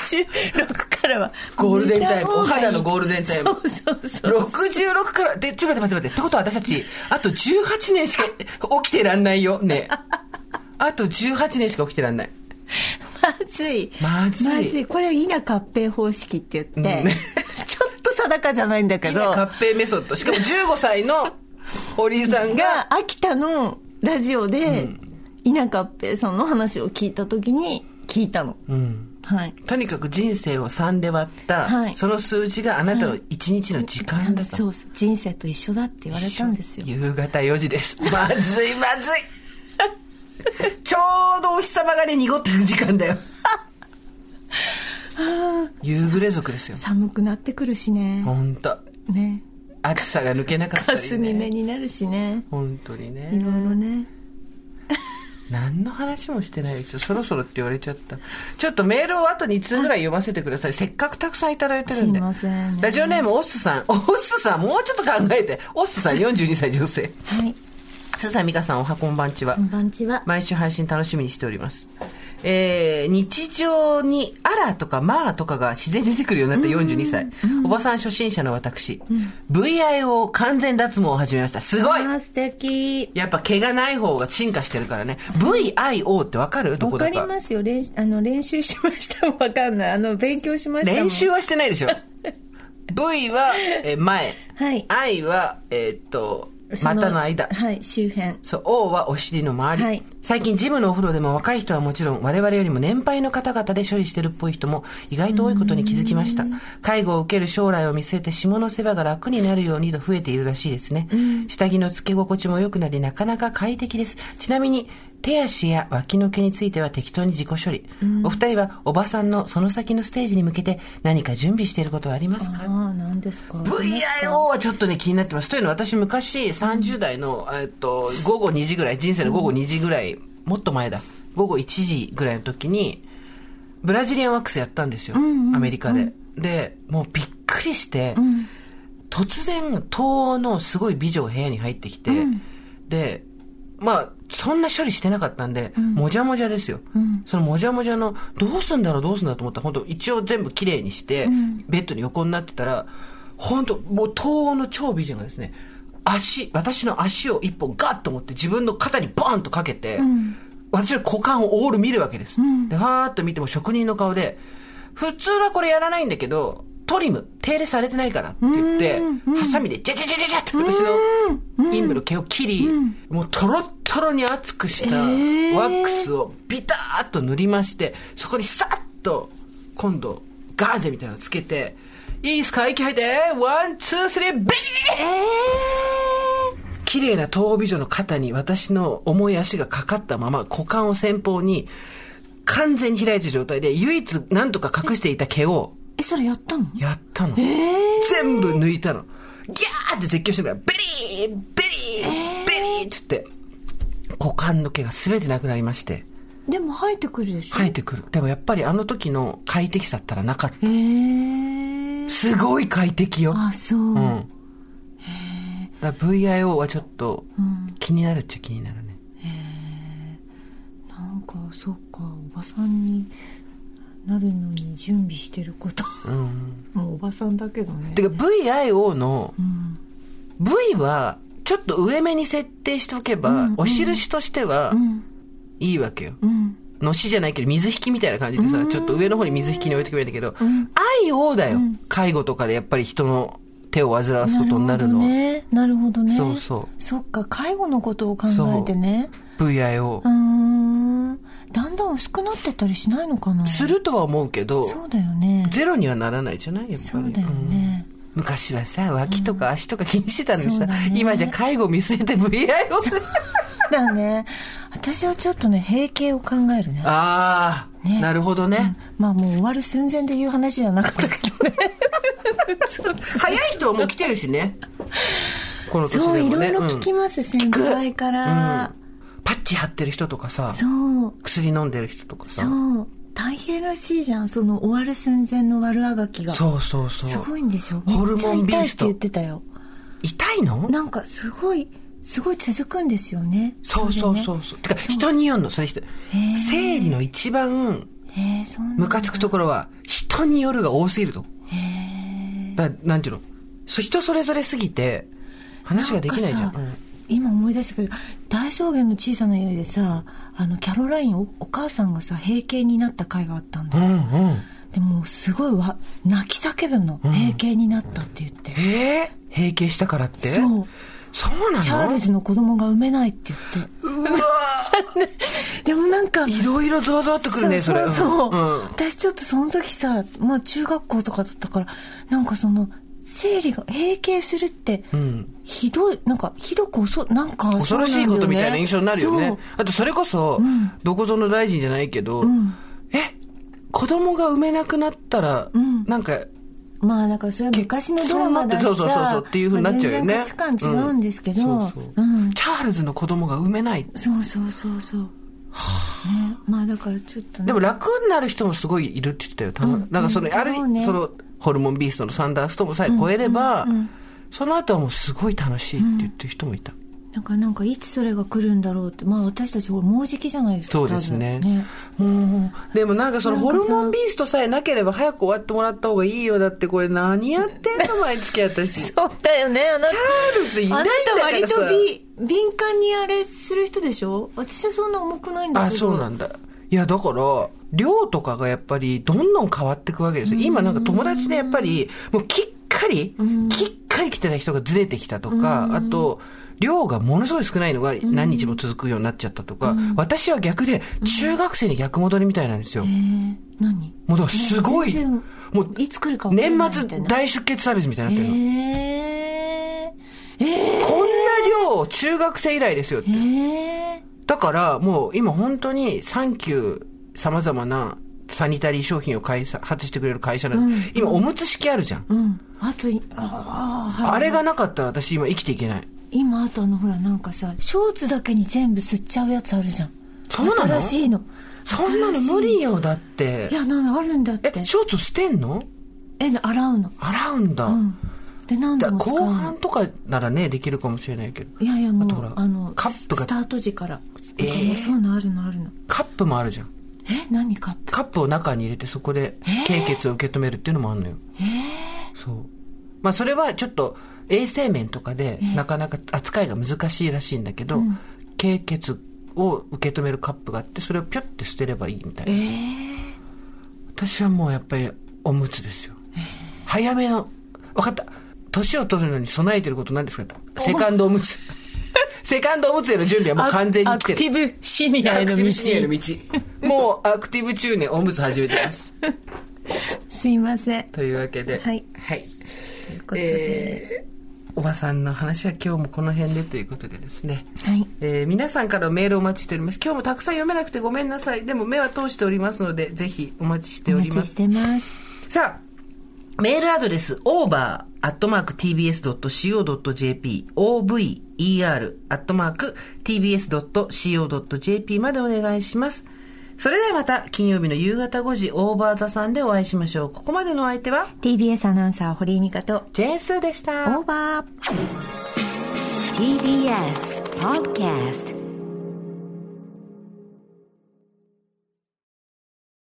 66からは。
ゴールデンタイム。お肌のゴー
ル
ルデンタイム。
そうそうそう。
66から、で、ちょ、待って待って待って。ってことは私たち、あと18年しか起きてらんないよ。 ねえ。あと18年しか起きてらんない。
まずい。
まずい
これ、稲合併方式って言って、
うん
ちょっと定かじゃないんだけ
今、
ど、
合併メソッド。しかも15歳の堀井さんが、
が、秋田のラジオで、稲合併さんの話を聞いたときに、聞いたの。
うん。
はい。
とにかく人生を3で割った、
はい
その数字があなたの1日の時間だと。
そうそう。人生と一緒だって言われたんですよ。
夕方4時です。まずいまずい。 ちょうどお日様がね、濁ってる時間だ よ。夕暮れ族ですよ。
寒くなってくるしね。
ほんと。
ね。
暑さが抜けなかった
霞
り
目
ね。
になるしね。
本当に
い
ね。
ろいろね。
何の話もしてないですよ。そろそろって言われちゃった。ちょっとメールを後に通ぐらい読ませてください。せっかくたくさんいただいてるんで。
すいませんね
ラジオネーム、オッスさん。オッスさん、もうちょっと考えて。オッスさん、42歳女性。
はい。
スーさん、ミカさん、おはこんばんちは。
こんばんちは。
毎週配信楽しみにしております。えー日常に「あら」とか「まあ」とかが自然に出てくるようになった42歳おばさん初心者の私、VIO 完全脱毛を始めましたすごい
あー素敵。
やっぱ毛がない方が進化してるからね VIO ってわかるど
わ
こ
か
だ
り
か
ますよ。練習、あの、練習しましたもんわかんない。あの、勉強しましたもん。
練習はしてないでしょ V は、えー前、
はい。
I はえーっと
そ
股の間
はい、周辺。
そう、O はお尻の周り。
はい
最近ジムのお風呂でも若い人はもちろん我々よりも年配の方々で処理してるっぽい人も意外と多いことに気づきました。介護を受ける将来を見据えて下の世話が楽になるようにと増えているらしいですね。下着の付け心地も良くなりなかなか快適です。ちなみに手足や脇の毛については適当に自己処理。お二人はおばさんのその先のステージに向けて何か準備していることはあります
あ
か
あ、何ですか。
VIO はちょっとね気になってますというのは私昔30代の、えっと、午後2時ぐらい人生の午後2時ぐらい、もっと前だ午後1時ぐらいの時にブラジリアンワックスやったんですよ、アメリカで、でもうびっくりして、突然東欧のすごい美女が部屋に入ってきて、でまあそんな処理してなかったんで、もじゃもじゃですよ、そのもじゃもじゃのどうすんだろうどうすんだろうと思ったら本当一応全部きれいにして、ベッドに横になってたら本当もう東欧の超美人がですね足私の足を一本ガッと持って自分の肩にバーンとかけて、私の股間をオール見るわけです、ではーっと見ても職人の顔で普通はこれやらないんだけどトリム手入れされてないからって言って、ハサミでジャジャジャジャジャって私の陰部の毛を切り、もうトロットロに熱くしたワ
ー
ックスをビターッと塗りましてそこにサッと今度ガーゼみたいなのつけていいですか息吐いてワンツースリービリー綺麗な東欧美女の肩に私の重い足がかかったまま股間を先方に完全に開いた状態で唯一何とか隠していた毛を
え、それやったの
やったの、
ええ
全部抜いたのギャーって絶叫してたらベリーベリーベリーって言って股間の毛が全てなくなりまして
ー。でも生えてくるでしょ
生え。てくるでもやっぱりあの時の快適さったらなかっ
ええ
たすごい快適よ
あ、そう。
うんだから VIO はちょっと気になるっちゃ気になるね、
なんかそっかおばさんになるのに準備してること、 もうおばさんだけどね
てか VIO の
ん
V はちょっと上目に設定しておけば、お印としては
ん
いいわけよ、
うん
のしじゃないけど水引きみたいな感じでさ、ちょっと上の方に水引きに置いてくれるんだけど、IO だよ、介護とかでやっぱり人の手を煩わすことになるのは、
なるほどねなる
そ
ほどね
うそ
そっか介護のことを考えてね
う VIO
う、ーんだんだん薄くなってったりしないのかな
するとは思うけど
そうだよね
ゼロにはならないじゃないやっぱ
そ
り
うだよね、
昔はさ脇とか足とか気にしてたのに
そ
さ、
うだね
今じゃ介護見据えて VIO
だね私はちょっとね閉経を考えるね
ああ、
ね
なるほどね、
まあもう終わる寸前で言う話じゃなかったけどねちょっと
早い人はもう来てるしねこの年でも
そう
ね
いろいろ
う
聞
ん
きます、先
く
輩から、
パッチ貼ってる人とかさ
そう
薬飲んでる人とかさ
そう大変らしいじゃんその終わる寸前の悪あがきが
そうそうそう
すごいんでしょ
ホルモンビースト
めっちゃ痛いって言ってたよ
痛いの
なんかすごいすごい続くんですよね
そうそうそううそう。てか、人に言うの、それ人。生理の一番
へえそうなんだ
ムカつくところは、人によるが多すぎると。だなんていうのそう人それぞれすぎて、話ができないじゃ
なん
ん。
かさ
うん
今思い出したけど大草原の小さな家でさあのキャロラインおお母さんがさ閉経になった回があったんだ
う
よ、
んうん。
でもすごいわ泣き叫ぶの、閉経になったって言って
ええ閉経したからって
そう
そうなの
チャールズの子供が産めないって言って
うわ
でもなんか
いろいろゾワゾワっとくるね、それ。
うそうそう、
うん
私ちょっとその時さ、まあ、中学校とかだったからなんかその生理が閉経するって、
ん
ひどいなんかひどく恐なんか
恐ろしいことみたいな印象になるよね。
そう
あとそれこそ、
ん
どこぞの大臣じゃないけど、
ん
え、子供が産めなくなったら、
ん
なんか、
まあなんかそれは昔のドラマだしさ
そうそうそうそうっていう風になっちゃうよね
まあ全然価値観違うんですけど、う
そ
ん
うそうチャールズの子供が産めない。
そうそうそうそうね、まあだからちょっとね
でも楽になる人もすごいいるって言ってたよ。た
うん
なんかその、
うん
ある意
そう
味、
ね
その、ホルモンビーストのサンダーストームさえ超えれば、その後はもうすごい楽しいって言ってる人もいた。
なんかなんかいつそれが来るんだろうってまあ私たちほらもうじきじゃないですか
そうですね
多分
うんでもなんかその
なんか
ホ
さ
ルモンビーストさえなければ早く終わってもらった方がいいよ。だってこれ何やってんの毎月私。チ
そうだよねあなた
ャールズいないんだからさ。
あなた割とび敏感にあれする人でしょ私はそんな重くないんだ
あ
けど
そうなんだいやだから量とかがやっぱりどんどん変わっていくわけですよ今なんか友達でやっぱりもうきっかりきっかり来てた人がずれてきたとかあと量がものすごい少ないのが何日も続くようになっちゃったとか私は逆で中学生に逆戻りみたいなんですよ
えー何
もうだからすごい
ね全
も
然いつ来るか分からない
年
みたい
末
な
大出血サービスみたいになってるの
えー、え
こんな量中学生以来ですよって
ー、えー
だからもう今本当にサンキュー様々なサニタリー商品を開発してくれる会社なの、今おむつ式あるじゃん、
うんあといああ、はい、
あれがなかったら私今生きていけない
今あとあのほらなんかさショーツだけに全部吸っちゃうやつあるじゃん
そうなの
新しいの
そんなの無理よだっ
い
て
やなんだあるんだって
えショーツ捨てんの
え洗うの
洗うんだ,、
うんで何
だ
度
から
も使う
後
の
半とかならねできるかもしれないけど
いやいやも
あとほら
うあの
カップが
スタート時から、
えー
そうのあるのあるの
カップもあるじゃん
え何カップ
カップを中に入れてそこで経血を受け止めるっていうのもあるのよ、そうまあそれはちょっと衛生面とかでなかなか扱いが難しいらしいんだけど、経血を受け止めるカップがあってそれをピョって捨てればいいみたいな、私はもうやっぱりおむつですよ、早めの分かった年を取るのに備えてることなんですかってセカンドおむつ セカンドおむつへの準備はもう完全に来てる
アクティブシニア
ア
へ
ク
の
ティ
道
ブシニアの道。 もうアクティブ中年おむつ始めてます。
すいません
というわけで。
はい
はい。
ということで、
えーおばさんの話は今日もこの辺でということでですね。
はい
えー皆さんからのメールをお待ちしております。今日もたくさん読めなくてごめんなさい。でも目は通しておりますので、ぜひお待ちして
お
おり
待
ま
ち
す
し。てます
さあ、メールアドレス over.tbs.co.jp over.tbs.co.jp までお願いします。それではまた金曜日の夕方5時オーバーザさんでお会いしましょう。ここまでのお相手は
TBS アナウンサー堀井美香と
ジェーンスーでした。
オーバー
TBS Podcast